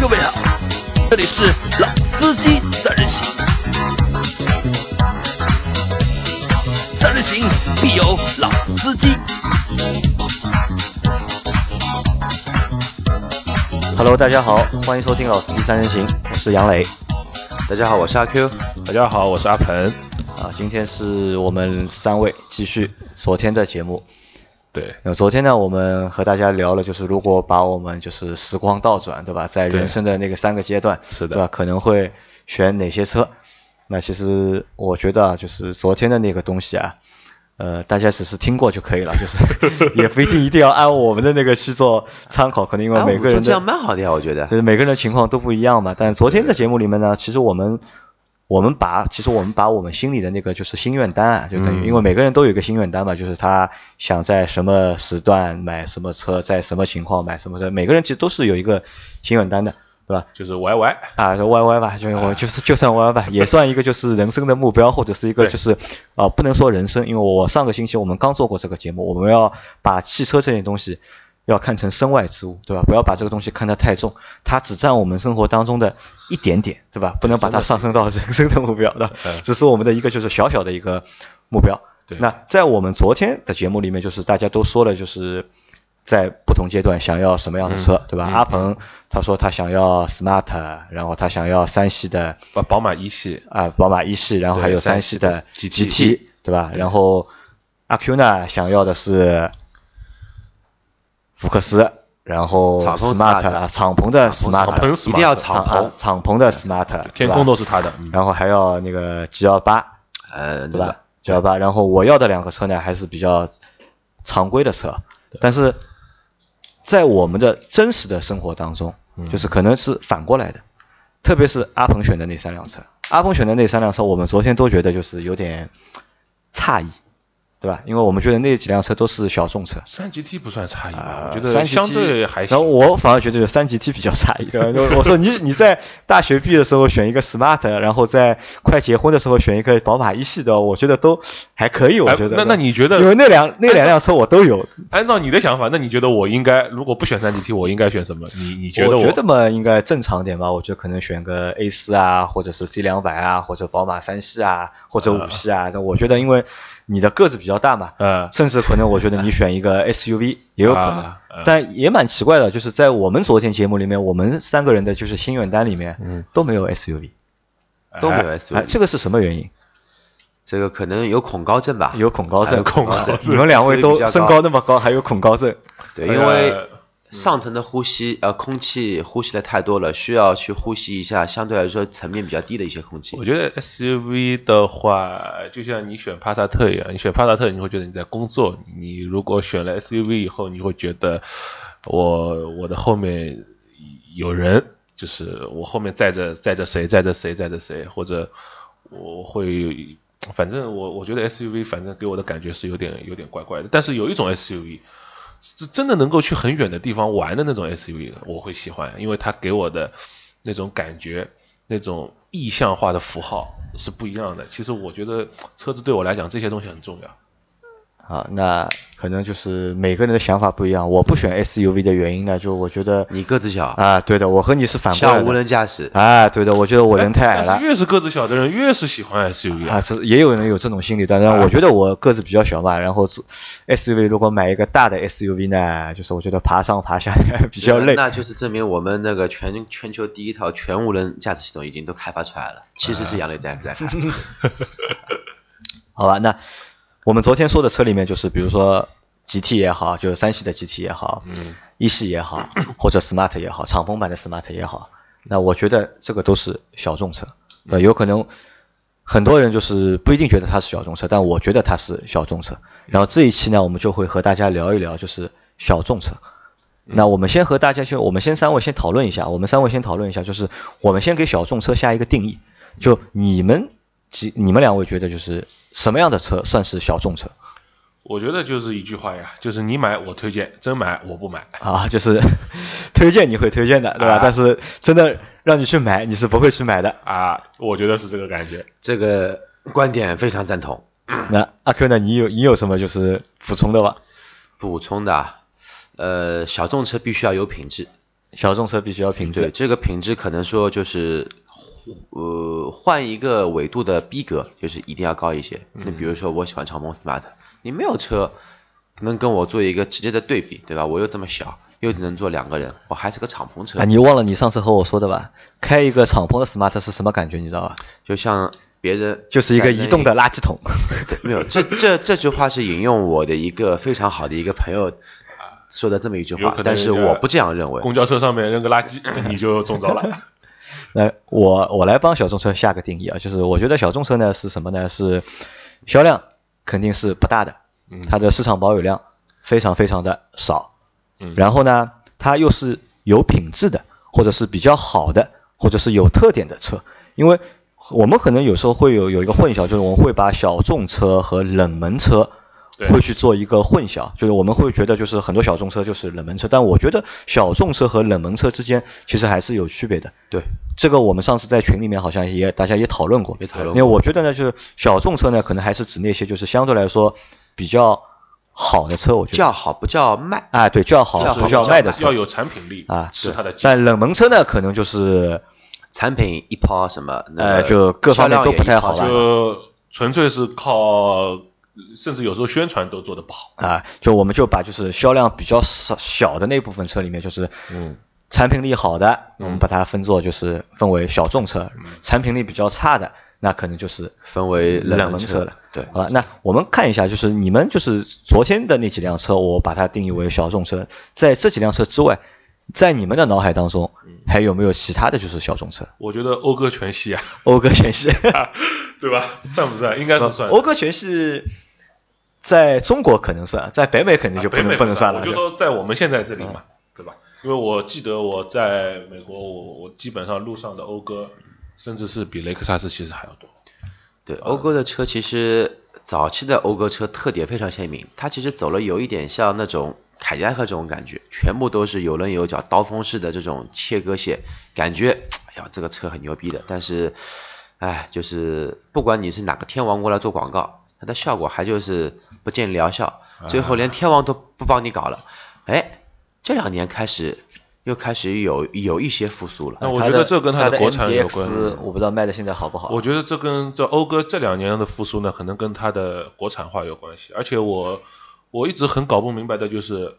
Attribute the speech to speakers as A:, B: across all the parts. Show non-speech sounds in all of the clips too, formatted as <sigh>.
A: 各位好，这里是老司机三人行，三人行必有老司机。
B: Hello，大家好，欢迎收听《老司机三人行》，我是杨磊。
C: 大家好，我是阿 Q。
D: 大家好，我是阿鹏。
B: 啊，今天是我们三位继续昨天的节目。
D: 对，
B: 那昨天呢，我们和大家聊了，就是如果把我们就是时光倒转，对吧？在人生的那个三个阶段，
D: 是的
B: 对吧？可能会选哪些车？那其实我觉得啊，就是昨天的那个东西啊，呃，大家只是听过就可以了，就是 <laughs> 也不一定一定要按我们的那个去做参考，可能因为
C: 啊
B: 每
C: 我
B: 个
C: 觉
B: 人
C: 得这
B: 的、
C: 样蛮好的呀，我觉得
B: 就。是每个人的情况都不一样嘛。但昨天的节目里面呢，其实我们我们把其实我们把我们心里的那个就是心愿单啊，就等于、因为每个人都有一个心愿单嘛，就是他想在什么时段买什么车，在什么情况买什么车，每个人其实都是有一个心愿单的，对吧？
D: 就是 YY，
B: 啊，YY 吧，就是我就是就算 YY 吧，也算一个就是人生的目标，或者是一个
D: 对
B: 就是呃，不能说人生，因为我上个星期我们刚做过这个节目，我们要把汽车这件东西要看成身外之物，对吧？不要把这个东西看得太重，它只占我们生活当中的一点点，对吧？不能把它上升到人生的目标，对吧 <laughs>
D: 嗯？
B: 只是我们的一个就是小小的一个目标。
D: 对
B: 那在我们昨天的节目里面，就是大家都说了，就是在不同阶段想要什么样的车，
D: 嗯
B: 对吧？阿鹏他说他想要 smart，然后他想要三系的
D: 把宝马一系，
B: 啊、宝马一系，然后
D: 对
B: 还有
D: 三
B: 三
D: 系
B: 系的
D: GT
B: GT，对吧？然后阿 Q 呢想要的是福克斯，然后
C: 敞篷
B: smart
C: smart
B: 啊敞篷的
D: 敞
B: smart，
D: 篷
C: 一定要敞
B: 敞
C: 篷
B: 啊，敞篷的 smart，
D: 天
B: 对吧
D: 空都是他的。嗯
B: 然后还要那个 G 幺八。
C: 呃，那
B: 对
C: 个
B: 吧？九幺八。然后我要的两个车呢，还是比较常规的车，但是在我们的真实的生活当中，就是可能是反过来的。特别是阿鹏选的那三辆车，阿鹏选的那三辆车，我们昨天都觉得就是有点诧异，对吧？因为我们觉得那几辆车都是小众车，
D: 三 GT 不算差异吧？
B: 啊
D: 我觉
B: 三
D: 得
B: 级
D: 相
B: 机
D: 对还行。
B: 然后我反而觉得有三级 T 比较诧异。我我说
D: <laughs>
B: 你你在大学毕业的时候选一个 smart，然后在快结婚的时候选一个宝马一系的，我觉得都还可以。我
D: 哎
B: 觉得、
D: 那那你觉得
B: 因为那两那两辆车我都有，
D: 按照你的想法，那你觉得我应该如果不选三 GT，我应该选什么？你你觉得
B: 我
D: 我？
B: 觉得嘛应该正常点吧。我觉得可能选个 A 四啊，或者是 C 两百啊，或者宝马三系啊，或者五系啊。但我觉得因为你的个子比较大嘛，<laughs>
D: 呃，
B: 甚至可能我觉得你选
C: <laughs>
B: 一个 SUV 也有可能，
D: 啊啊
B: 但也蛮奇怪的，就是在我们昨天节目里面，我们三个人的就是心愿单里面，
D: 嗯
B: 都没有 SUV，
C: 都没有
D: 哎
B: 哎，
C: SUV，
B: 这个是什么原因？
C: 这个可能有恐高症吧？
B: 有恐高
C: 还
B: 症，啊
C: 有恐高症
B: 你们两位
C: 所以比较
B: 都
C: 高
B: 身高那么高，还有恐
C: <laughs>
B: 高症，
C: 对，
D: 那
C: 因为
D: 个
C: 上层的呼吸呃空气呼吸的太多了，需要去呼吸一下相对来说层面比较低的一些空气
D: 我。觉得 SUV 的话，就像你选帕萨特一样，你选帕萨特，你会觉得你在工作；你如果选了 SUV 以后，你会觉得我我的后面有人，就是我后面载着载着谁，载着谁，载着谁，或者我会，反正我我觉得 SUV 反正给我的感觉是有点有点怪怪的。但是有一种 SUV，是真的能够去很远的地方玩的那种 SUV，我会喜欢，因为它给我的那种感觉、那种意象化的符号是不一样的。其实我觉得车子对我来讲这些东西很重要。
B: 啊，那可能就是每个人的想法不一样。我不选 SUV 的原因呢，就我觉得
C: 你个子小，
B: 啊，对的，我和你是反过来
C: 像无
B: 的
C: 人驾驶，
B: 啊，对的，我觉得我人太矮了
D: 但是。越是个子小的人，越是喜欢 E SUV
B: 啊，这也有人有这种心理，但
C: 啊
B: 是我觉得我个子比较小嘛，然后做 SUV 如果买一个大的 SUV 呢，就是我觉得爬上爬下 <laughs> 比较累。
C: 那就是证明我们那个全全球第一套全无人驾驶系统已经都开发出
B: 啊
C: 来了。其实是杨磊在在开，
B: <laughs> 好吧，那我们昨天说的车里面，就是比如说 GT 也好，就是三系的 GT 也好，嗯，一系也好，或者 Smart 也好，敞篷版的 Smart 也好，那我觉得这个都是小众车，对，有可能很多人就是不一定觉得它是小众车，但我觉得它是小众车。然后这一期呢，我们就会和大家聊一聊，就是小众车。那我们先和大家先，我们先三位先讨论一下，我们三位先讨论一下，就是我们先给小众车下一个定义，就你们几你们两位觉得就是什么样的车算是小众车
D: 我觉得就是一句话呀，就是你买我推荐，真买我不买。
B: 啊？就是 <laughs> 推荐你会推荐的，对吧？
D: 啊
B: 但是真的让你去买，你是不会去买的。
D: 啊，我觉得是这个感觉。
C: <laughs> 这个观点非常赞同。
B: 那阿 Q 呢？你有你有什么就是补充的吗？
C: 补充的啊，呃，小众车必须要有品质，
B: 小众车必须要品
C: 对，
B: 质，
C: 这个品质可能说就是，呃，换一个维度的逼格，就是一定要高一些。
B: 嗯
C: 那比如说，我喜欢长鹏 smart，你没有车能跟我做一个直接的对比，对吧？我又这么小，又只能坐两个人，我还是个敞篷车
B: 啊，，你忘了你上次和我说的吧？开一个敞篷的 smart 是什么感觉？你知道吧？
C: 就像别人
B: 就是一个
C: 在那
B: 移动的垃圾桶。
C: 对，没有，这这这句话是引用我的一个非常好的一个朋友说的这么一句
D: 有
C: 话
D: 可能，
C: 但是
D: 人家
C: 我不这样认为。
D: 公交车上面扔个垃圾， <coughs> 你就中招
B: <laughs>
D: 了。
B: 那我我来帮小众车下个定义啊，就是我觉得小众车呢是什么呢？是销量肯定是不大的，它的市场保有量非常非常的少，
D: 嗯
B: 然后呢，它又是有品质的，或者是比较好的，或者是有特点的车，因为我们可能有时候会有有一个混淆，就是我们会把小众车和冷门车
D: 对
B: 会去做一个混淆，就是我们会觉得就是很多小众车就是冷门车，但我觉得小众车和冷门车之间其实还是有区别的。
C: 对，
B: 这个我们上次在群里面好像也大家也讨论过，
C: 也讨论
B: 因为我觉得呢，就是小众车呢，可能还是指那些就是相对来说比较好的车，我觉得
C: 叫好不叫卖，
B: 啊，对，叫好
C: 叫
B: 不
C: 好
B: 叫
C: 叫
B: 卖的车
D: 要有产品力
B: 啊，
D: 是它的基础。
B: 但冷门车呢，可能就是
C: 产品一抛什么，那
B: 呃
C: 个
B: 就各
C: 销
B: 方面
C: 量
B: 都
C: 也
B: 不
C: 一
B: 太
C: 抛
B: 好吧
C: 就
D: 就纯粹是靠，甚至有时候宣传都做得不好。
B: 啊，就我们就把就是销量比较少小的那部分车里面，就是
D: 嗯
B: 产品力好的，我们把它分作就是分为小众车，产品力比较差的，那可能就是
C: 分为
B: 冷
C: 冷
B: 门
C: 门
B: 车
C: 车
B: 了。
C: 对
B: 好吧，那我们看一下，就是你们就是昨天的那几辆车，我把它定义为小众车。在这几辆车之外，在你们的脑海当中，
D: 嗯
B: 还有没有其他的就是小众车？
D: 我觉得讴歌全系啊， <laughs>
B: 讴歌全系，
D: 对吧？算不算？应该是算。
B: <laughs> 讴歌全系在中国可能算，在北美肯定就不
D: 啊北
B: 能、
D: 美
B: 哦不能算了。嗯
D: 我就说在我们现在这里嘛，对吧？因为我记得我在美国，我我基本上路上的讴歌，甚至是比雷克萨斯其实还要多。
C: 对，
D: 啊
C: 讴歌的车其实早期的讴歌车特点非常鲜明，它其实走了有一点像那种凯迪拉克这种感觉，全部都是有棱有角、刀锋式的这种切割线，感觉哎呀这个车很牛逼的，但是，哎，就是不管你是哪个天王过来做广告，它的效果还就是不见疗效，
D: 啊
C: 最后连天王都不帮你搞了，哎，这两年开始又开始有有一些复苏了。
D: 那我
B: 它
D: 觉得这跟它
B: 它
D: 的国产有关
B: MDX 我不知道卖的现在好不好。
D: 我觉得这跟这讴歌这两年的复苏呢，可能跟它的国产化有关系。而且我我一直很搞不明白的就是，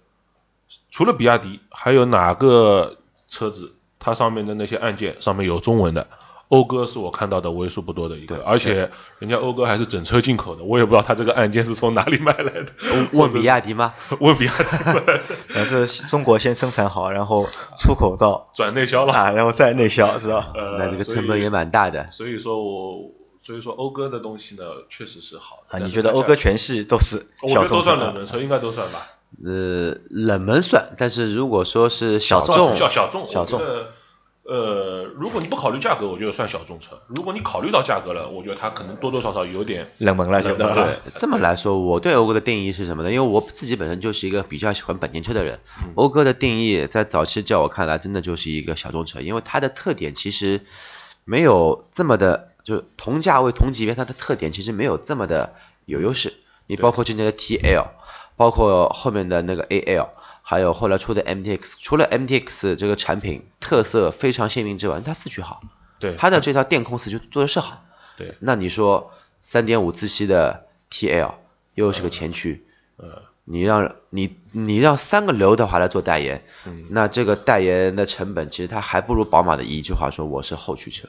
D: 除了比亚迪，还有哪个车子它上面的那些按键上面有中文的？讴歌是我看到的为数不多的一个，而且人家讴歌还是整车进口的，我也不知道它这个按键是从哪里买来的。
C: 问比亚迪吗？
D: 问比亚迪
B: 还是中国先生产好，然后出口到
D: 转内销了，
B: 啊，然后再内销，知道吧？
D: 呃，
C: <laughs> 那这个
D: 所
C: 成
D: 以
C: 本也蛮大的。
D: 所以说我所以说讴歌的东西呢，确实是好的。
B: 啊，
D: 但
B: 你
D: 是
B: 觉得
D: 大家
B: 讴歌全系都是
D: 我觉
B: 小
D: 得
B: 众车
D: 都算
B: 吗
D: 冷？门车，应该都算吧。
C: 呃，冷门算，但是如果说是哦小
D: 算
C: 众
D: 是，小小众，
B: 小众
D: 我觉得。呃，如果你不考虑价格，我觉得算小众车；如果你考虑到价格了，我觉得它可能多多少少有点
B: 冷门了就
D: 冷门了
B: 对
C: 这么来说，我对讴歌的定义是什么呢？因为我自己本身就是一个比较喜欢本田车的人，讴歌的定义在早期在我看来，真的就是一个小众车，因为它的特点其实没有这么的，就是同价位同级别它的特点其实没有这么的有优势。你包括今年的 TL，包括后面的那个 AL，还有后来出的 MTX，除了 MTX 这个产品特色非常鲜明之外，它四驱好，
D: 对
C: 它的这套电控四驱做的是好。
D: 对，
C: 那你说三点五自吸的 TL 又
D: 嗯
C: 是个前驱，
D: 呃，
C: 你让你你让三个刘德华来做代言，
D: 嗯
C: 那这个代言的成本其实它还不如宝马的一句话说我是后驱车，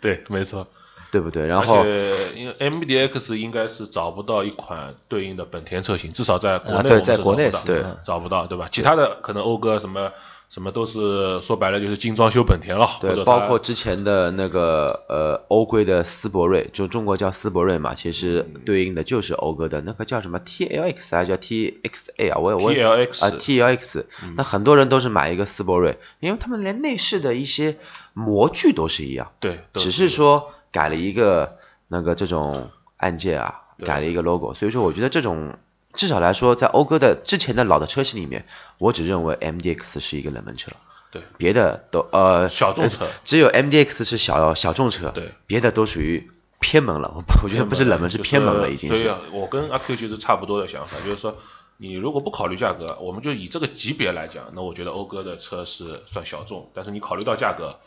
D: 对，没错。
C: 对不对？然后
D: 而且因为 MDX 应该是找不到一款对应的本田车型，至少在国
B: 啊
D: 内
B: 对
D: 我们
B: 在
D: 是
B: 国内
D: 找
B: 是
D: 不到
B: 对
D: 嗯找不到，对吧？其他的可能讴歌什么什么都是说白了就是精装修本田了，或
C: 对，
D: 者
C: 包
D: 它
C: 括之前的那个呃欧规的思铂睿，就中国叫思铂睿嘛，其实
D: 嗯
C: 对应的就是讴歌的那个叫什么 TLX 啊还是叫 TXA 啊？我也我也
D: TLX
C: 啊 TLX，那
D: 嗯
C: 很多人都是买一个思铂睿，因为他们连内饰的一些模具都是一样，
D: 对，都
C: 只是说改了一个那个这种按键啊，改了一个 logo，所以说我觉得这种至少来说，在讴歌的之前的老的车型里面，我只认为 MDX 是一个冷门车，
D: 对
C: 别的都呃
D: 小众车，
C: 只有 MDX 是小小众车，
D: 对，
C: 别的都属于偏门了，我我觉得不是冷门，是
D: 就是
C: 偏门了已经
D: 所以啊
C: 是
D: 啊。我跟阿 Q 其实差不多的想法，就是说你如果不考虑价格，我们就以这个级别来讲，那我觉得讴歌的车是算小众，但是你考虑到价格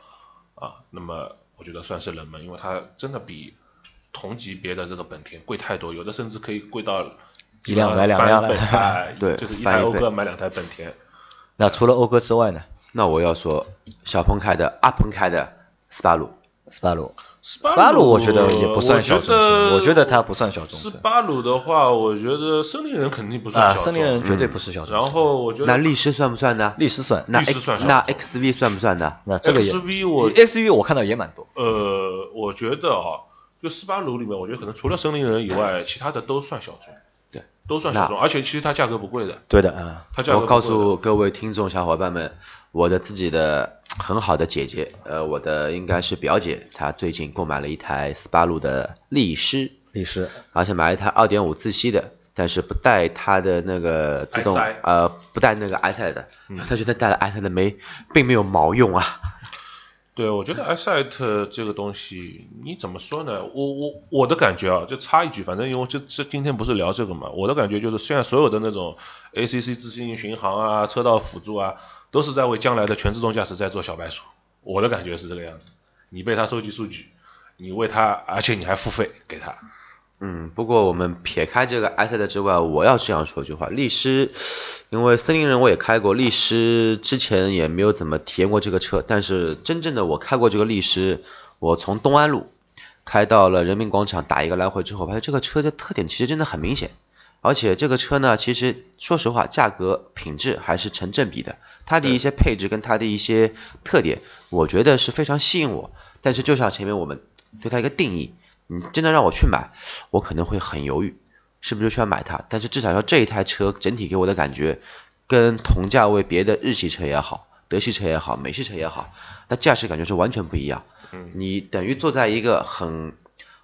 D: 啊，那么我觉得算是冷门，因为它真的比同级别的这个本田贵太多，有的甚至可以贵到
B: 一辆买两辆了
D: 翻倍
B: <laughs>
D: 哎
C: 对
D: 就是一
C: 翻
D: 台
C: 一
D: 讴
C: 倍
D: 歌买两台本田。
B: 那除了讴歌之外呢？
C: 那我要说，小鹏开的、阿鹏开的斯巴鲁，
B: 斯巴鲁，
D: 斯
B: 斯巴鲁我觉得也不算小众车我觉得它不算小众车
D: 斯巴鲁的话，我觉得森林人肯定不算
B: 啊，
D: 小众。嗯
B: 森林人绝对不是小众车。
D: 然后我觉
C: 那
D: 得
C: 力狮算不算呢？
B: 力狮算，
C: 那
D: 力狮
C: X
D: 算小
C: 那
D: 众
C: XV 算不算呢？
B: 那这个也
D: XV 我
B: SUV 我看到也蛮多。
D: 呃，我觉得啊，就斯巴鲁里面，我觉得可能除了森林人以外，其他的都算小众，
C: 对，
D: 都算小众，而且其实它价格不贵的，
B: 对的啊，
D: 它价格
C: 我
D: 不
C: 告
D: 贵的
C: 诉各位听众小伙伴们，我的自己的很好的姐姐，呃，我的应该是表姐，她最近购买了一台斯巴鲁的力狮，
B: 力狮
C: 而且买了一台2.5自吸的，但是不带它的那个自动
D: i 嗯塞
C: 呃不带那个 i 塞的，她觉得带了 i 塞的没并没有毛用啊。
D: 对，我觉得 s i t 这个东西，你怎么说呢？我我我的感觉啊，就插一句，反正因为这这今天不是聊这个嘛，我的感觉就是，现在所有的那种 ACC 自适应巡航啊、车道辅助啊，都是在为将来的全自动驾驶在做小白鼠。我的感觉是这个样子，你被他收集数据，你为他，而且你还付费给他。
C: 嗯，不过我们撇开这个埃塞的之外，我要这样说一句话，力狮，因为森林人我也开过，力狮之前也没有怎么体验过这个车，但是真正的我开过这个力狮，我从东安路开到了人民广场打一个来回之后，发现这个车的特点其实真的很明显，而且这个车呢，其实说实话，价格品质还是成正比的，它的一些配置跟它的一些特点，我觉得是非常吸引我，但是就像前面我们对它一个定义。你真的让我去买，我可能会很犹豫，是不是去要买它？但是至少说这一台车整体给我的感觉，跟同价位别的日系车也好、德系车也好、美系车也好，那驾驶感觉是完全不一样。
D: 嗯
C: 你等于坐在一个很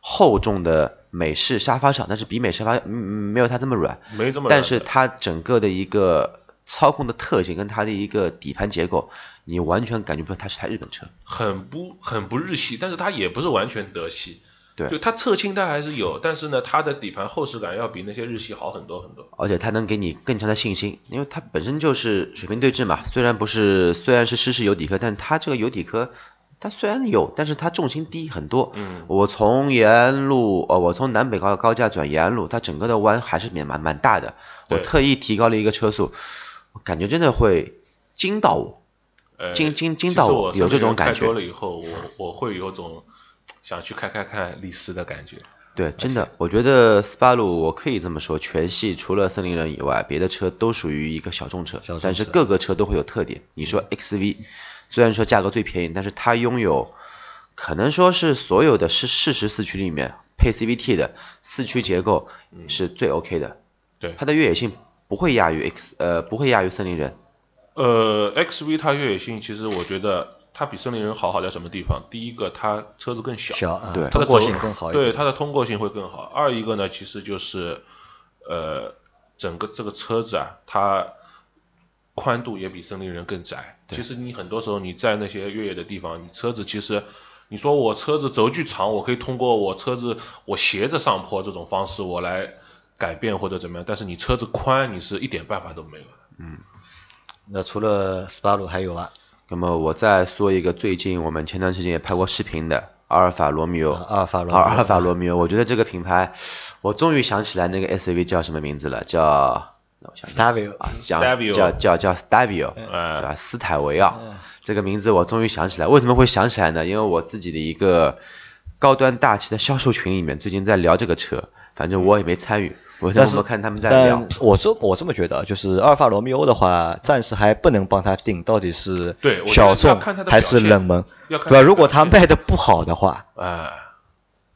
C: 厚重的美式沙发上，但是比美沙发嗯没有它这么软，
D: 没这么
C: 但
D: 懒
C: 是
D: 的
C: 它整个的一个操控的特性跟它的一个底盘结构，你完全感觉不出它是台日本车。
D: 很不很不日系，但是它也不是完全德系。
C: 对
D: 就它侧倾它还是有，但是呢，它的底盘厚实感要比那些日系好很多很多。
C: 而且它能给你更强的信心，因为它本身就是水平对置嘛。虽然不是，虽然是湿式油底壳，但是它这个油底壳，它虽然有，但是它重心低很多。
D: 嗯，
C: 我从延安路，呃，我从南北高高架转延安路，它整个的弯还是蛮蛮蛮大的。我
D: 对
C: 特意提高了一个车速，我感觉真的会惊到我。
D: 呃，
C: 惊惊惊
D: 其实
C: 到
D: 我
C: 我有这种感
D: 开
C: 觉
D: 多了以后，我我会有种想去开开看力狮的感觉。
C: 对，真的，我觉得斯巴鲁，我可以这么说，全系除了森林人以外，别的车都属于一个小众车，
B: 小众
C: 但是
B: 车嗯
C: 各个车都会有特点。你说 XV，虽然说价格最便宜，但是它拥有可能说是所有的是适时四驱里面配 CVT 的四驱结构
B: 嗯
C: 是最 OK 的，
D: 对
C: 它的越野性不会亚于 X，呃，不会亚于森林人。
D: 呃，XV 它越野性其实我觉得它比森林人好好在什么地方？第一个，它车子更小，
B: 小啊，
C: 对
D: 它的
B: 通过
D: 轴
B: 性更好一
D: 对
B: 点。
D: 它的通过性会更好。二一个呢，其实就是呃，整个这个车子啊，它宽度也比森林人更窄。其实你很多时候你在那些越野的地方，你车子其实你说我车子轴距长，我可以通过我车子我斜着上坡这种方式我来改变或者怎么样，但是你车子宽，你是一点办法都没
B: 啊
D: 有的。
B: 那除了斯巴鲁还有吗？啊
C: 那么我再说一个，最近我们前段时间也拍过视频的阿尔法罗密欧，
B: 啊阿尔法罗密欧
C: 啊阿尔法罗密欧，我觉得这个品牌，我终于想起来那个 SUV 叫什么名字了，叫，那我想想
B: Stabio
C: 啊，叫
D: Stabio
C: 叫叫叫 Stabio，
D: 嗯
C: 对吧？斯泰维奥这个名字我终于想起来，为什么会想起来呢？因为我自己的一个高端大气的销售群里面，最近在聊这个车，反正我也没参与，我在
B: 但
C: 默
B: 是
C: 默看他们在聊
B: 但。我这我这么觉得，就是阿尔法罗密欧的话，暂时还不能帮他定到底是
D: 对我觉
B: 小
D: 得
B: 众
D: 要看它的
B: 还是
D: 表现
B: 冷门，
D: 要
B: 对吧？
D: 看它的
B: 如果
D: 表
B: 他
D: 现
B: 卖的不好的话，
D: 啊、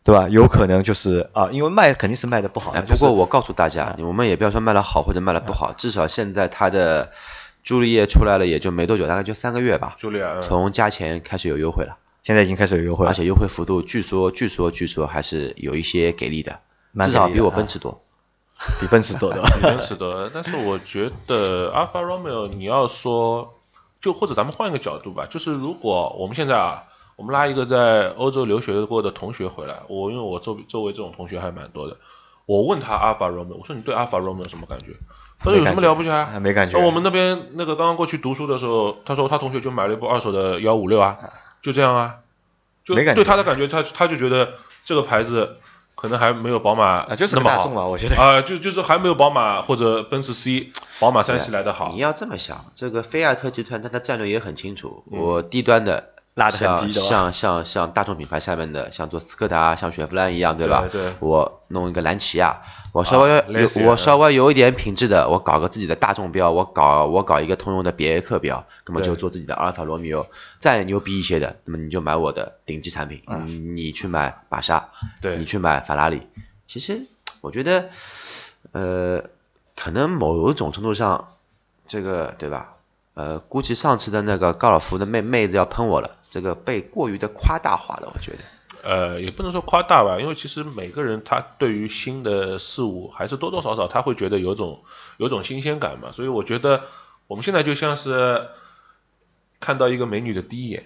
B: 对吧？有可能就是啊，因为卖肯定是卖的不好
C: 哎，
B: 的。
C: 不
B: 就是嗯
C: 过我告诉大家，我们也不要说卖的好或者卖的不好，至少现在它的朱丽叶出来了也就没多久，大概就三个月吧，
D: 朱莉亚，嗯
C: 从加钱开始有优惠了，
B: 现在已经开始有优惠了
C: 而，且优惠幅度据说据说据说还是有一些给力的，
B: 蛮
C: 至少
B: 给力的
C: 比我
B: 啊
C: 奔驰多。
B: 比奔驰 <laughs> 多的。
D: 真是的，但是我觉得 Alfa Romeo 你要说，就或者咱们换一个角度吧，就是如果我们现在啊，我们拉一个在欧洲留学过的同学回来，我因为我周周围这种同学还蛮多的，我问他阿尔法罗密欧，我说你对阿尔法罗密欧什么感觉？他说有什么了不起啊？
B: 没感觉
D: 那我们那边那个刚刚过去读书的时候，他说他同学就买了一部二手的幺五六啊，就这样啊，就
B: 没感觉
D: 对他的感觉，他他就觉得这个牌子可能还没有宝马
B: 啊，就是
D: 那
B: 个
D: 么
B: 大
D: 好
B: 众。嘛，我觉得。
D: 啊、就就是还没有宝马或者奔驰 C、宝马三系来的好
C: 你。要这么想，这个菲亚特集团它的战略也很清楚，我低端的
B: 拉嗯得很
C: 像
B: 低的吧
C: 像像像大众品牌下面的，像做斯柯达、像雪佛兰一样，对吧？
D: 对对
C: 我弄一个兰奇亚，
B: 啊
C: 我稍微有、
D: 类似于
C: 我稍微有一点品质的，我搞个自己的大众标，我搞我搞一个通用的别克标，那么
D: 对
C: 就做自己的阿尔法罗密欧。再牛逼一些的，那么你就买我的顶级产品，
B: 啊
C: 你你去买玛莎，
D: 对
C: 你去买法拉利。其实我觉得，呃，可能某种程度上，这个对吧？呃，估计上次的那个高尔夫的妹妹子要喷我了，这个被过于的夸大化了，我觉得。
D: 呃，也不能说夸大吧，因为其实每个人他对于新的事物还是多多少少他会觉得有种有种新鲜感嘛，所以我觉得我们现在就像是看到一个美女的第一眼，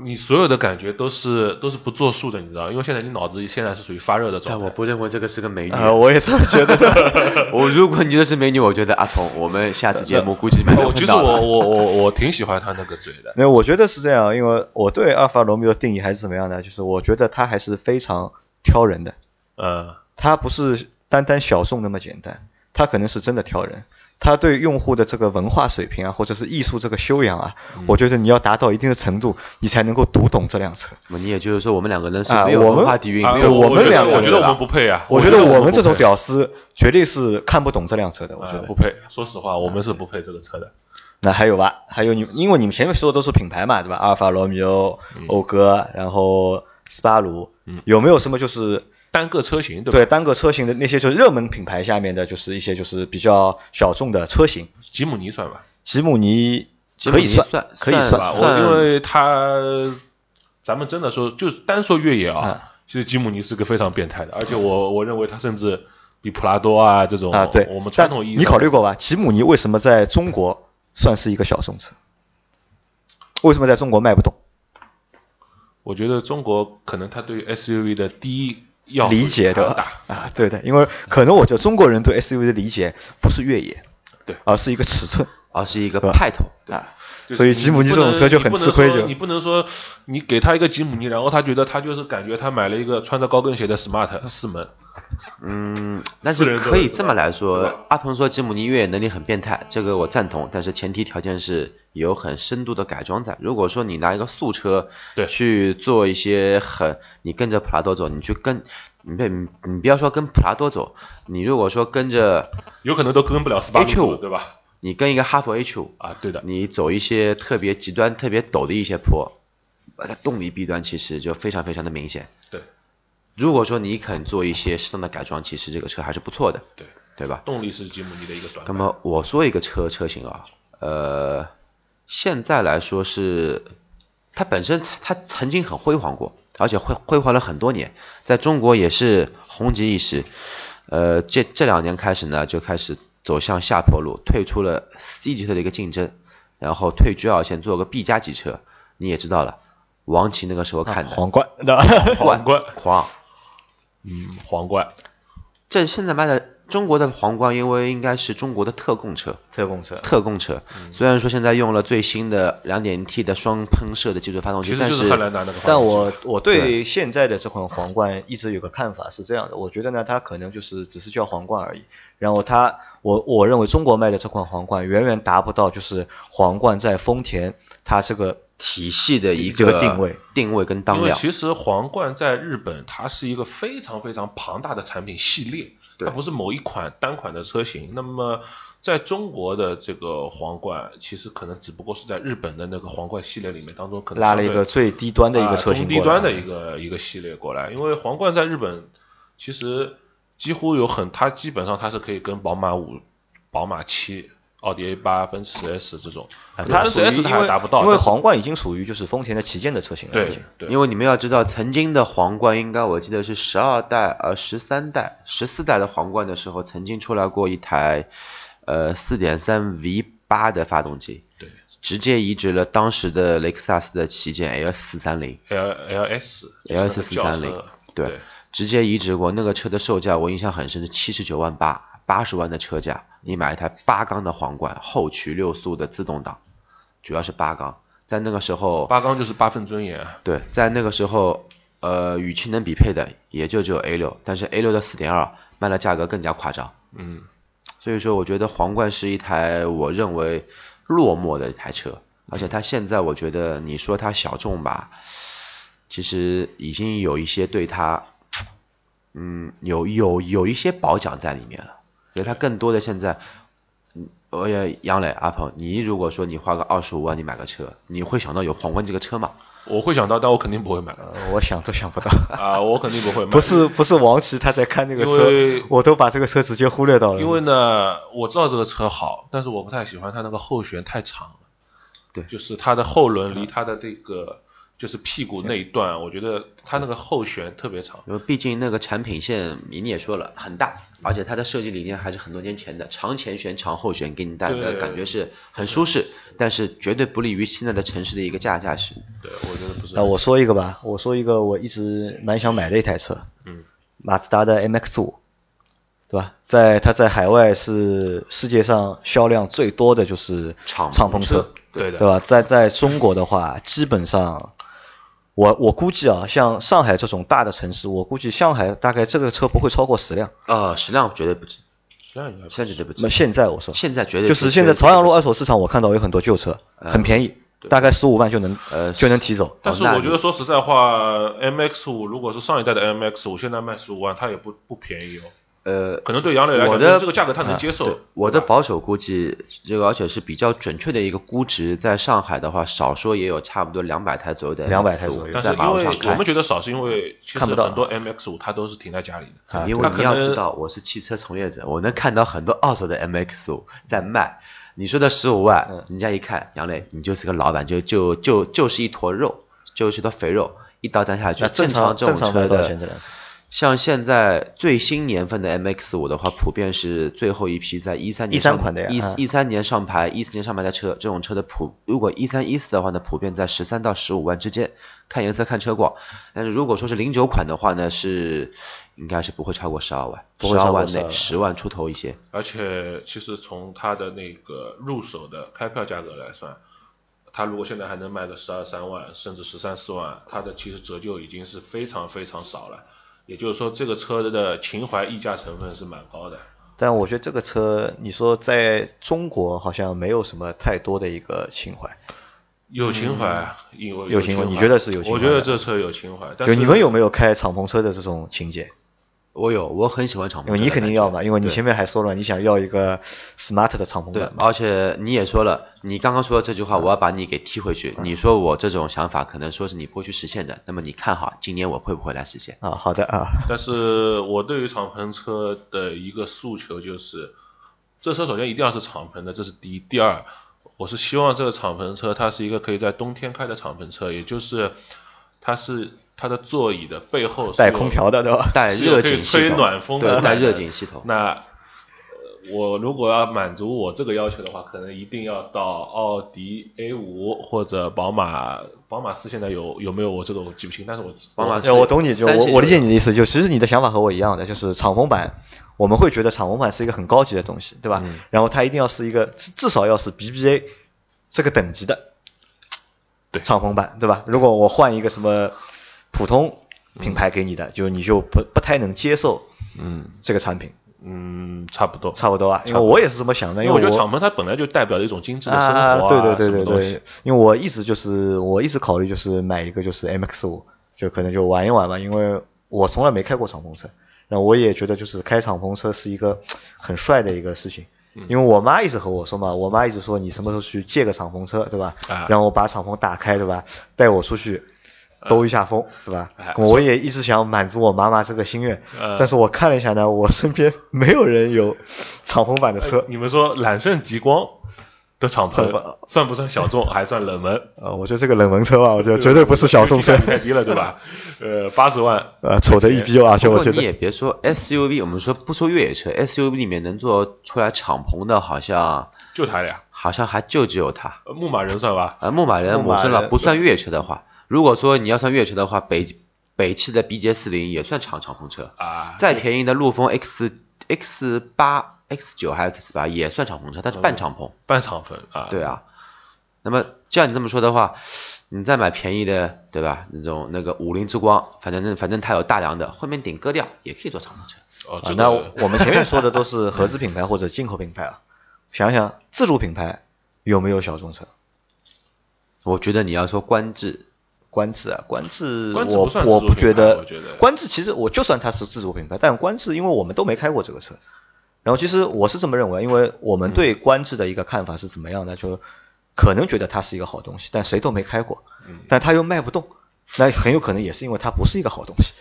D: 你所有的感觉都是都是不作数的，你知道吗，因为现在你脑子现在是属于发热的状
C: 但
D: 态。
C: 我不认为这个是个美女。
B: 呃，我也这么觉得 <laughs> 的。
C: 我如果你觉得是美女，我觉得阿鹏，我们下次节目估计蛮
D: 我
C: 难
D: 哦其
C: 碰
D: 实
C: 到
D: 我
C: 的。
D: 我我我挺喜欢她那个嘴的，
B: 那我觉得是这样，因为我对阿尔法罗密欧定义还是怎么样呢？就是我觉得它还是非常挑人的，
D: 嗯，
B: 它不是单单小众那么简单，它可能是真的挑人。它对用户的这个文化水平啊，或者是艺术这个修养啊，我觉得你要达到一定的程度，你才能够读懂这辆车。
C: 那么你也就是说，我们两个人是
B: 啊
C: 没有
B: 我
C: 文
B: 们
C: 化底蕴，
D: 啊
C: 没
B: 对
C: 有
D: 我
B: 我们
D: 觉得
B: 两个
D: 我觉得
B: 人
D: 我们不配啊，
B: 我
D: 觉
B: 觉得
D: 我
B: 们这种
D: 不配
B: 屌丝绝对是看不懂这辆车的，我觉
D: 啊
B: 得
D: 不。配，说实话，我们是不配这个车的。
B: 那还有吧，还有你，因为你们前面说的都是品牌嘛，对吧？阿尔法罗密欧、
D: 嗯
B: 讴歌，然后斯巴鲁，有没有什么就是
D: 单个车嗯型对吧？
B: 对单个车型的那些就是热门品牌下面的，就是一些就是比较小众的车型？
D: 吉姆尼算吧，
B: 吉姆尼
C: 吉姆
B: 可
C: 尼
B: 以算
C: 算，
B: 可以
D: 是吧？
B: 算。
D: 我因为它，咱们真的说，就是单说越野
B: 嗯
D: 啊，其实吉姆尼是个非常变态的，而且我我认为它甚至比普拉多啊这种
B: 啊，对，
D: 我们传
B: 但
D: 统意义上
B: 你考虑过吧？吉姆尼为什么在中国算是一个小众车？为什么在中国卖不动？
D: 我觉得中国可能他对于 SUV 的第一要素
B: 理解
D: 还
B: 的
D: 要大，
B: 啊，对的，因为可能我觉得中国人对 SUV 的理解不是越野，
D: 对
B: 而是一个尺寸
C: 而是一个
B: 对吧
C: 派头。
B: 啊，
D: 就是
B: 所以
D: 你
B: 吉姆尼
D: 不
B: 这种
D: 能
B: 车就很吃亏，就
D: 你不能说你不能说你给他一个吉姆尼，然后他觉得他就是感觉他买了一个穿着高跟鞋的 smart 四门，
C: 嗯，但
D: 四
C: 是
D: 人座
C: 可以
D: 是
C: 这
D: 吧
C: 么来说
D: 对吧，
C: 阿鹏说吉姆尼越野能力很变态，这个我赞同，但是前提条件是有很深度的改装在。如果说你拿一个素车，
D: 对
C: 去做一些很，你跟着普拉多走，你去跟，你别你你不要说跟普拉多走，你如果说跟着
D: 有可能都跟不了
B: 哎
D: smart
C: H5
D: 对吧？
C: 你跟一个哈弗 H 五，
D: 啊，对的，
C: 你走一些特别极端、特别陡的一些坡，呃它动力弊端其实就非常非常的明显。
D: 对
C: 如果说你肯做一些适当的改装，其实这个车还是不错的，
D: 对，
C: 对吧？
D: 动力是吉姆尼的一个短
C: 那
D: 板。
C: 么我说一个车车型啊，呃，现在来说是，它本身它曾经很辉煌过，而且辉辉煌了很多年，在中国也是红极一时。呃，这这两年开始呢，就开始走向下坡路，退出了 C 级车的一个竞争，然后退居二线，做个 B 加级车。你也知道了，王琦那个时候看的，
B: 皇冠，对
D: <laughs>
B: 吧？
D: 皇冠，
C: 狂，
D: 嗯，皇冠，
C: 这现在卖的中国的皇冠，因为应该是中国的特供车，
B: 特供车，
C: 特供车，
D: 嗯
C: 虽然说现在用了最新的 2.0T 的双喷射的技术发动
D: 其
C: 机，
D: 实
C: 但
D: 就是汉兰达那个。
B: <laughs> 但我我
C: 对
B: 对现在的这款皇冠一直有个看法是这样的，我觉得呢，它可能就是只是叫皇冠而已。然后它，我我认为中国卖的这款皇冠远远达不到就是皇冠在丰田它这个
C: 体系的一
B: 这个定位
C: 定位跟
D: 因
C: 当
D: 为
C: 量。
D: 其实皇冠在日本，它是一个非常非常庞大的产品系列，
C: 对
D: 它不是某一款单款的车型。那么在中国的这个皇冠，其实可能只不过是在日本的那个皇冠系列里面当中，可能
B: 拉了一个
D: 相
B: 最低端的
D: 对
B: 一个车
D: 啊
B: 型
D: 中低
B: 过来
D: 端的一个一个系列过来。因为皇冠在日本其实几乎有很，它基本上它是可以跟宝马五、宝马七、奥迪 A 八、奔驰 S 这种，
B: 哎它
D: 奔
B: 属于
D: 驰 S 它
B: 因
D: 还
B: 为
D: 达不到，
B: 因为
D: 但是
B: 皇冠已经属于就是丰田的旗舰的车型了，已
D: 对
B: 经。
D: 对，
C: 因为你们要知道，曾经的皇冠应该我记得是十二代、呃十三代、十四代的皇冠的时候，曾经出来过一台呃4.3 V 八的发动机，
D: 对
C: 直接移植了当时的雷克萨斯的旗舰 L 四三零。
D: L L S
C: LS430
D: 对
C: 对，直接移植过。那个车的售价我印象很深，是七十九万八，八十万的车价，你买一台八缸的皇冠，后驱六速的自动挡，主要是八缸。在那个时候，
D: 八缸就是八分尊严啊，
C: 对，在那个时候，呃，与其能匹配的也就只有 A 六，但是 A 六的四点二卖的价格更加夸张。
D: 嗯，
C: 所以说，我觉得皇冠是一台我认为落寞的一台车，而且它现在我觉得你说它小众吧，其实已经有一些对它，嗯，有有有一些褒奖在里面了。觉得它更多的现在，嗯，我也杨磊阿鹏，你如果说你花个二十五万你买个车，你会想到有皇冠这个车吗？
D: 我会想到，但我肯定不会买
B: 呃我想都想
D: <laughs>
B: 不到。
D: 啊，我肯定不会买。
B: 不是不是王琦他在看那个
D: 因为
B: 车，我都把这个车直接忽略到了。
D: 因为呢，我知道这个车好，但是我不太喜欢它那个后悬太长了。
C: 对
D: 就是它的后轮离它的这个就是屁股那一段，我觉得它那个后悬特别长。
C: 因为毕竟那个产品线您也说了很大，而且它的设计理念还是很多年前的，长前悬、长后悬给你带来的
D: 对
C: 感觉是很舒适，但是绝对不利于现在的城市的一个驾驾驶。
D: 对，我觉得不是。
B: 那我说一个吧，我说一个我一直蛮想买的一台车，
D: 嗯，
B: 马自达的 MX 五，对吧？在它在海外是世界上销量最多的就是
C: 敞
B: 敞
C: 篷
B: 篷
C: 车
B: 车，
D: 对的
B: 对吧？在在中国的话，基本上我我估计啊，像上海这种大的城市，我估计上海大概这个车不会超过十辆。
C: 呃，实际上绝对不止，
D: 实际上应该不是
C: 现在绝对不
B: 那
C: 止，
B: 现在我说，
C: 现在绝对
B: 就是现在朝阳路二手市场，我看到有很多旧车，很便宜，大概十五万就能
C: 呃
B: 就能提走。
D: 但是
C: 那
D: 我
C: 你
D: 觉得说实在话，MX 五如果是上一代的 MX 五，现在卖十五万，啊它也不不便宜哦。
C: 呃，
D: 可能对杨磊来
C: 我
D: 讲，
C: 的嗯
D: 这个价格他能接
C: 对
D: 受。
C: 我的保守估计，这个而且是比较准确的一个估值，在上海的话，少说也有差不多两百台左右的
B: 200
C: MX-5
B: 台左右
D: 但是
C: 在马
D: 因
C: 路
D: 为
C: 上
D: 我
C: 开
D: 们。觉得少，是因为其实
B: 看不到
D: 很多 MX 五它都是停在家里的。
B: 啊
C: 因
D: 那
C: 为
D: 可
C: 你要
D: 能
C: 知道，我是汽车从业者，我能看到很多二手的 MX 五在卖。你说的十五万，
B: 嗯
C: 人家一看，杨磊，你就是个老板，就就就就是一坨肉，就是一坨肥肉，一刀斩下去。
B: 那正常
C: 这种
B: 正常
C: 车
B: 卖多少钱这
C: 的
B: 辆车，
C: 像现在最新年份的 MX 五的话，普遍是最后一批在一三年
B: 13
C: 上
B: 款的呀
C: 一
B: 嗯
C: 一三年上牌，一四年上牌的车，这种车的普，如果一三一四的话呢，普遍在十三到十五万之间，看颜色看车况。但是如果说是零九款的话呢，是应该是不会超过十二万，
B: 不
C: 十
B: 会
C: 二
B: 超过
C: 万内
B: 12
C: 十万出头一些。
D: 而且其实从它的那个入手的开票价格来算，它如果现在还能卖个十二三万，甚至十三四万，它的其实折旧已经是非常非常少了。也就是说，这个车的情怀溢价成分是蛮高的。
B: 但我觉得这个车，你说在中国好像没有什么太多的一个情怀。
D: 有情怀，因为
B: 嗯有情怀你觉得是有情
D: 我
B: 怀
D: 觉
B: 的
D: 得这车有情呃怀，但
B: 就是你们有没有开敞篷车的这种情节？
C: 我有，我很喜欢敞篷
B: 因
C: 车的感
B: 为
C: 觉。
B: 你肯定要嘛，因为你
C: 对
B: 前面还说了你想要一个 smart 的敞篷
C: 对
B: 版，嘛。嗯
C: 而且你也说了，你刚刚说的这句话，我要把你给踢回去。你说我这种想法，可能说是你不会去实现的。那么你看好今年我会不会来实现？
B: 啊，好的啊，
D: 但是我对于敞篷车的一个诉求就是，这车首先一定要是敞篷的，这是第一。第二，我是希望这个敞篷车它是一个可以在冬天开的敞篷车，也就是它是它的座椅的背后是
B: 带
D: 有
B: 空调的对吧？
C: 带
D: 是有
C: 热
D: 可以
C: 景系
D: 吹
C: 统，
D: 暖风
C: 对
D: 的，
C: 带热景系统。
D: 那呃我如果要满足我这个要求的话，可能一定要到奥迪 A 5或者宝马，宝马四现在有有没有我这个我记不清，但是我
C: 宝马
B: 哎，我懂你，就
C: 三
B: 我
C: 系
B: 我理解
C: 左右
B: 你的意思，就其实你的想法和我一样的，就是敞篷版，我们会觉得敞篷版是一个很高级的东西，对吧？
D: 嗯
B: 然后它一定要是一个至至少要是 BBA 这个等级的，
D: 对
B: 敞篷版，对吧？如果我换一个什么普通品牌给你的，就你就不不太能接受
D: 嗯
B: 这个产品，
D: 嗯差不多。
B: 差不多啊，因为我也是这么想的，
D: 因
B: 因
D: 为
B: 为
D: 我觉
B: 我
D: 得敞篷它本来就代表了一种精致的生活啊
B: 啊对对对
D: 什么
B: 对
D: 东
B: 对
D: 西。，
B: 因为我一直就是我一直考虑就是买一个就是 MX 五，就可能就玩一玩吧，因为我从来没开过敞篷车，然后我也觉得就是开敞篷车是一个很帅的一个事情。
D: 嗯
B: 因为我妈一直和我说嘛，我妈一直说你什么时候去借个敞篷车，对吧？
D: 啊
B: 然后我把敞篷打开，对吧？带我出去
D: 啊
B: 兜一下风，对吧
D: 哎？
B: 我也一直想满足我妈妈这个心愿
D: 呃，
B: 但是我看了一下呢，我身边没有人有敞篷版的车
D: 呃，你们说揽胜极光的敞
B: 怎
D: 篷
B: 么
D: 算不算小众，还算冷门？
B: 呃，我觉得这个冷门车吧，我觉得绝对不是小众车
D: 性价。比太低了，对吧？呃，八十万，
B: 呃，丑的一逼啊，而且
C: 不过
B: 我觉
C: 你也
B: 得
C: 别说 SUV，我们说不说越野车，SUV 里面能做出来敞篷的，好像
D: 就他俩，
C: 好像还就只有它。
D: 呃牧马人算吧？
C: 呃，牧马人
B: 牧
C: 我
B: 马
C: 说了
B: 人
C: 不算越野车的话，如果说你要算越野车的话，北北汽的 BJ 四零也算长长篷车，
D: 啊，
C: 再便宜的陆风 X X 八 X 九还是 X 八也算敞篷车，它是半敞篷。
D: 半场分啊，
C: 对啊，那么这样你这么说的话，你再买便宜的，对吧？那种那个五菱之光，反正反正它有大梁的，后面顶割掉也可以做敞篷车。
D: 哦，
B: 啊
D: 这，
B: 那
D: 个
B: 我们前面说的都是合资品牌或者进口品牌啊，想想自主品牌有没有小众车？
C: 我觉得你要说观致，
B: 观致啊，观致，
D: 观致
B: 我
D: 不算
B: 我
D: 自主
B: 不
D: 品
B: 觉
D: 牌
B: 得
D: 我觉得，
B: 观致其实我就算它是自主品牌，但观致因为我们都没开过这个车，然后其实我是这么认为，因为我
D: 嗯
B: 们对观致的一个看法是怎么样的，就可能觉得它是一个好东西，但谁都没开过，
D: 嗯
B: 但它又卖不动，那很有可能也是因为它不是一个好东西。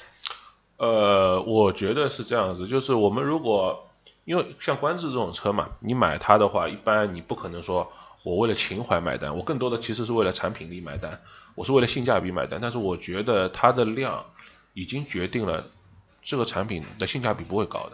D: 呃，我觉得是这样子，就是我们如果因为像观致这种车嘛，你买它的话，一般你不可能说我为了情怀买单，我更多的其实是为了产品力买单，我是为了性价比买单。但是我觉得它的量已经决定了这个产品的性价比不会高的，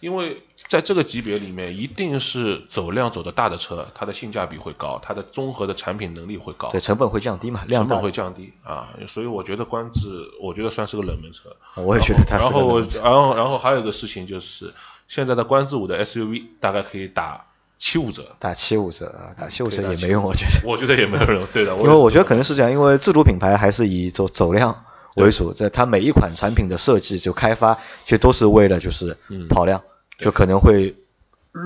D: 因为在这个级别里面，一定是走量走的大的车，它的性价比会高，它的综合的产品能力会高
B: 对，。成本会降低嘛，量
D: 成
B: 大
D: 本会降低啊，所以我觉得观致，我觉得算是个冷门车。
B: 我也觉得它是
D: 然
B: 个
D: 后
B: 冷
D: 我，
B: 门车
D: 然后然后还有一个事情就是，现在的观致五的 SUV 大概可以打七五折，
B: 打七五折，啊，打七五折
D: 对打
B: 也没用，我觉得。
D: 我觉得也没有人对的。
B: 因为我觉得
D: 可
B: 可能是这样，因为自主品牌还是以走走量为主，在它每一款产品的设计就开发，其实都是为了就是
D: 嗯
B: 跑量，就可能会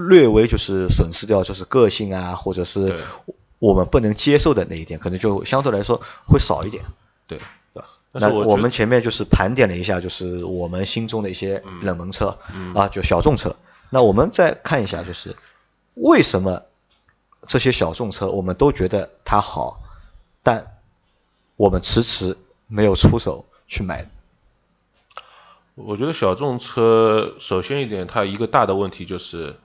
B: 略微就是损失掉就是个性啊，或者
D: 对
B: 是我们不能接受的那一点，可能就相对来说会少一点。
D: 对，
B: 对吧？
D: 但是
B: 那
D: 我觉
B: 我
D: 得
B: 们前面就是盘点了一下，就是我们心中的一些
D: 嗯
B: 冷门车、啊，就小众车。那我们再看一下，就是为什么这些小众车我们都觉得它好，但我们迟迟没有出手去买。
D: 我觉得小众车首先一点，它一个大的问题就是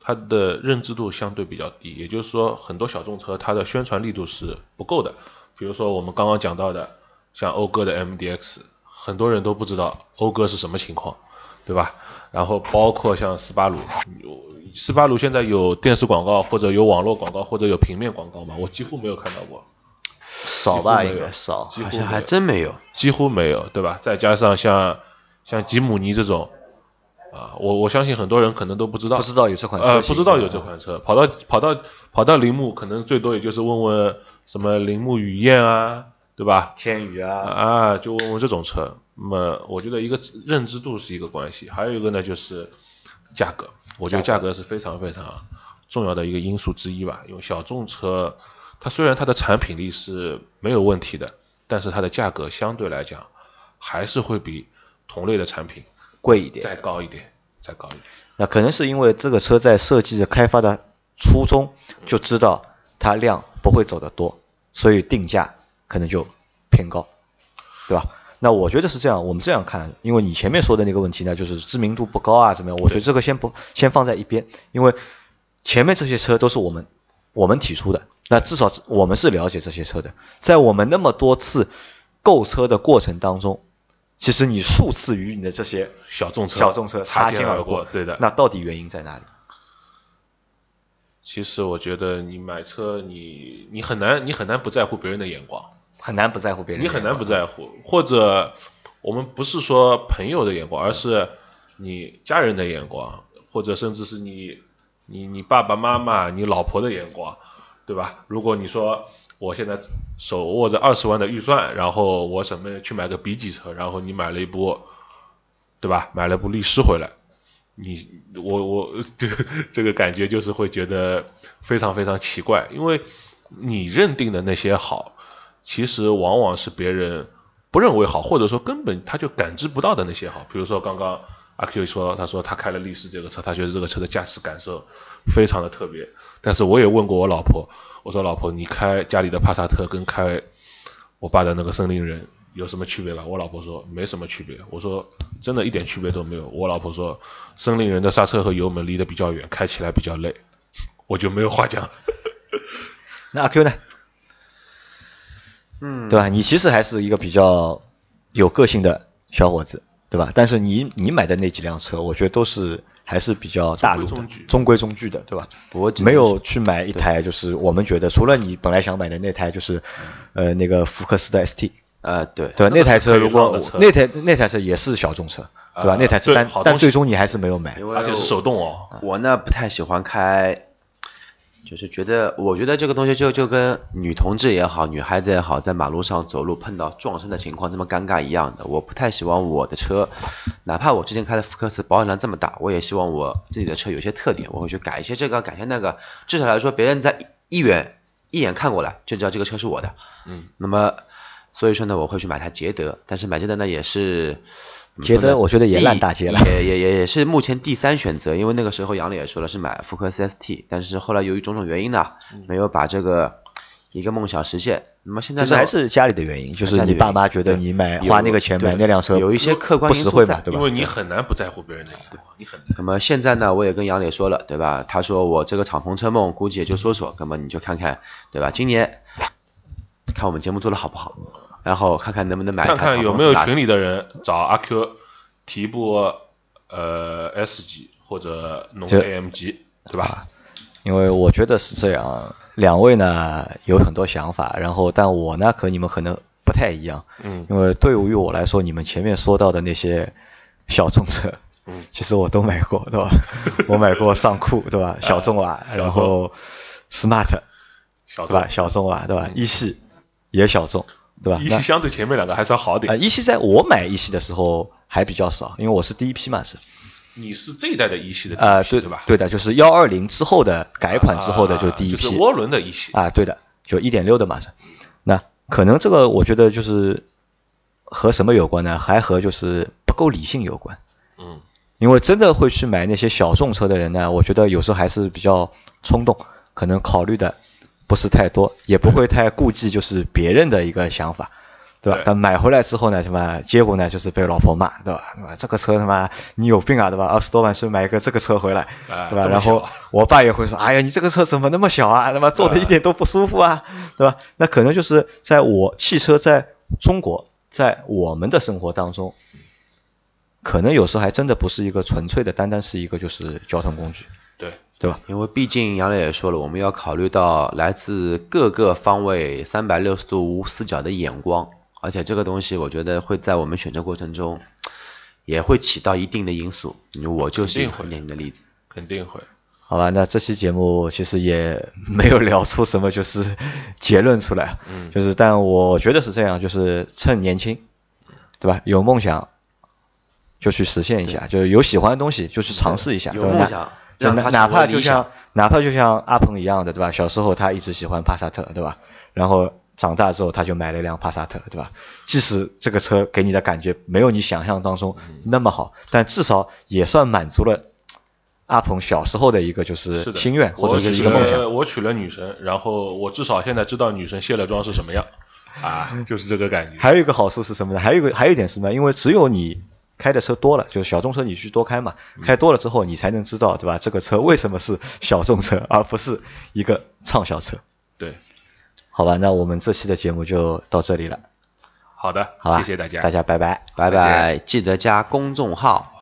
D: 它的认知度相对比较低，也就是说很多小众车它的宣传力度是不够的。比如说我们刚刚讲到的，像讴歌的 MDX，很多人都不知道讴歌是什么情况，对吧？然后包括像斯巴鲁，有斯巴鲁现在有电视广告或者有网络广告或者有平面广告吗？我几乎没有看到过，
B: 少吧，
D: 几乎
B: 应
D: 没有
B: 该少。
D: 几
C: 好
D: 乎
C: 像
D: 没
C: 还
D: 有。
C: 真没有。
D: 几乎没有，对吧？再加上像像吉姆尼这种，啊，我我相信很多人可能都不知道，
B: 不知道有这款车型啊
D: 呃，不知道有这款车，跑到跑到跑到铃木，可能最多也就是问问什么铃木雨燕啊，对吧？
B: 天宇啊，
D: 啊，就问问这种车。那么我觉得一个认知度是一个关系，还有一个呢就是价格，我觉得价格是非常非常重要的一个因素之一吧。因为小众车，它虽然它的产品力是没有问题的，但是它的价格相对来讲还是会比同类的产品
B: 贵一点。
D: 再高一点，再高一点。
B: 那可能是因为这个车在设计的开发的初衷就知道它量不会走得多，所以定价可能就偏高，对吧？那我觉得是这样，我们这样看，因为你前面说的那个问题呢，就是知名度不高啊，怎么样？我觉得这个先不先放在一边，因为前面这些车都是我们我们提出的，那至少我们是了解这些车的。在我们那么多次购车的过程当中，其实你数次与你的这些
D: 小众车，
B: 小众车
D: 擦
B: 肩
D: 而
B: 过，
D: 对的。
B: 那到底原因在哪里？
D: 其实我觉得你买车你你很难你很难不在乎别人的眼光。
B: 很难不在乎别人，
D: 你很难不在乎，或者我们不是说朋友的眼
B: 嗯
D: 光，而是你家人的眼光，或者甚至是你你你爸爸妈妈、你老婆的眼光，对吧？如果你说我现在手握着二十万的预算，然后我准备去买个 B 级车，然后你买了一部，对吧？买了部力狮回来。你我我这个这个感觉就是会觉得非常非常奇怪，因为你认定的那些好，其实往往是别人不认为好，或者说根本他就感知不到的那些好。比如说刚刚阿 Q 说，他说他开了力狮这个车，他觉得这个车的驾驶感受非常的特别。但是我也问过我老婆，我说老婆，你开家里的帕萨特跟开我爸的那个森林人有什么区别吧？我老婆说没什么区别。我说真的一点区别都没有。我老婆说森林人的刹车和油门离得比较远，开起来比较累，我就没有话讲了。
B: 那阿 Q 呢？嗯，对吧？你其实还是一个比较有个性的小伙子，对吧？但是你你买的那几辆车，我觉得都是还是比较大路的，
D: 中规中矩
B: 中规中矩的，对吧？
C: 我只能
B: 没有去买一台，就是我们觉得除了你本来想买的那台，就是呃那个福克斯的 ST，
C: 呃，对，
B: 对吧？
D: 那个
B: 台
D: 是
B: 车
D: 可以
B: 如
D: 让
B: 果
D: 的车
B: 那台那台车也是小众车，对吧？
D: 啊
B: 那台车
D: 对
B: 但
D: 好
B: 但
D: 东西
B: 最终你还是没有买
C: 因，为
D: 而且是手动哦，
C: 我呢不太喜欢开，就是觉得我觉得这个东西就就跟女同志也好，女孩子也好，在马路上走路碰到撞车的情况这么尴尬一样的。我不太希望我的车，哪怕我之前开的福克斯保有量这么大，我也希望我自己的车有些特点，我会去改一些这个，改一些那个，至少来说别人在一一眼一眼看过来就知道这个车是我的。
D: 嗯，
C: 那么所以说呢，我会去买台捷德，但是买捷德呢也是。怎么
B: 捷
C: 说呢
B: 德我觉得也
C: 第
B: 烂大街了
C: 也也也也是目前第三选择，因为那个时候杨磊也说了是买福克斯 ST，但是后来由于种种原因呢，
D: 嗯
C: 没有把这个一个梦想实现。那么现在
B: 其
C: 呢
B: 实还是家里的原因，就是
C: 家里
B: 你
C: 原
B: 爸
C: 因
B: 妈觉得
C: 对
B: 你买
C: 有
B: 花那个钱
C: 对
B: 买那辆车
C: 有一些客观
B: 不
C: 因素
B: 实惠
C: 在
B: 嘛，对吧
D: 因？为你很难不在乎别人的眼光，你很难。
C: 那么现在呢，我也跟杨磊说了，对吧？他说我这个敞篷车梦估计也就说说，那么你就看看，对吧？今年看我们节目做的好不好，然后看看能不能买一台敞
D: 看
C: 篷
D: 看有
C: 斯
D: 没有
C: 巴达
D: 群里的人找阿 Q 提部呃 S 级或者农
B: 这
D: AMG，对
B: 啊
D: 吧？
B: 因为我觉得是这样，两位呢有很多想法，然后但我呢和你们可能不太一样，
D: 嗯
B: 因为对于我来说，你们前面说到的那些小众车，
D: 嗯，
B: 其实我都买过，对吧？ <laughs> 我买过尚酷，对吧？小众啊，
C: 哎
D: 小众
B: 然后 smart，
D: 小
B: 对吧？
D: 众，
B: 小众啊，对吧？
C: 嗯
B: 一系也小众，对吧？
D: 一
B: 那
D: 系相对前面两个还算好
B: 啊，
D: 点。
B: 一系在我买一系的时候还比较少，因为我是第一批嘛，是
D: 你是这一代的一系的第一
B: 啊，
D: 批
B: 对
D: 对吧？
B: 对的，就是幺二零之后的改款之后的
D: 就
B: 就第一
D: 就是
B: 批
D: 涡轮的一系，
B: 啊，对的，就一点六的嘛是。那可能这个我觉得就是和什么有关呢？还和就是不够理性有关。
D: 嗯，
B: 因为真的会去买那些小众车的人呢，我觉得有时候还是比较冲动，可能考虑的不是太多，也不会太顾忌就是别人的一个想法，对吧
D: 对？
B: 但买回来之后呢，什么结果呢，就是被老婆骂，对吧？对吧这个车他妈你有病啊，对吧？二十多万去买一个这个车回来，
D: 哎
B: 对吧？
D: 这么
B: 然后
D: 小
B: 我爸也会说，哎呀，你这个车怎么那么小啊？他妈坐的一点都不舒服啊，对吧？那可能就是在我汽车在中国，在我们的生活当中，可能有时候还真的不是一个纯粹的，单单是一个就是交通工具，
D: 对，
B: 对吧？
C: 因为毕竟杨磊也说了，我们要考虑到来自各个方位、三百六十度无死角的眼光，而且这个东西我觉得会在我们选择过程中也会起到一定的因素。我就是一个很典型的例子。
D: 肯定会。
B: 好吧，那这期节目其实也没有聊出什么就是结论出来，
D: 嗯
B: 就是但我觉得是这样，就是趁年轻，对吧？有梦想就去实现一下，就是有喜欢的东西就去尝试一下，
C: 有
B: 对吧
C: 梦想
B: 那
C: 让
B: 哪
C: 它
B: 哪
C: 成为
B: 怕
C: 理
B: 就
C: 想
B: 像哪怕就像阿鹏一样的，对吧？小时候他一直喜欢帕萨特，对吧？然后长大之后他就买了一辆帕萨特，对吧？即使这个车给你的感觉没有你想象当中
C: 嗯
B: 那么好，但至少也算满足了阿鹏小时候的一个就是
D: 是呃的，
B: 心愿或者
D: 我
B: 是一
D: 娶
B: 个梦
D: 了
B: 想。
D: 我娶了女神，然后我至少现在知道女神卸了妆是什么样啊，就是这个感觉。
B: 嗯还有一个好处是什么呢？还有一个还有一点是什么呢？因为只有你开的车多了，就是小众车你去多开嘛，
D: 嗯
B: 开多了之后你才能知道，对吧？这个车为什么是小众车， <laughs> 而不是一个畅销车？
D: 对，
B: 好吧，那我们这期的节目就到这里了，
D: 好的
B: 好吧？，
D: 谢谢大家，
B: 大家拜拜。
C: 拜
D: 再
C: 拜，记得加公众号。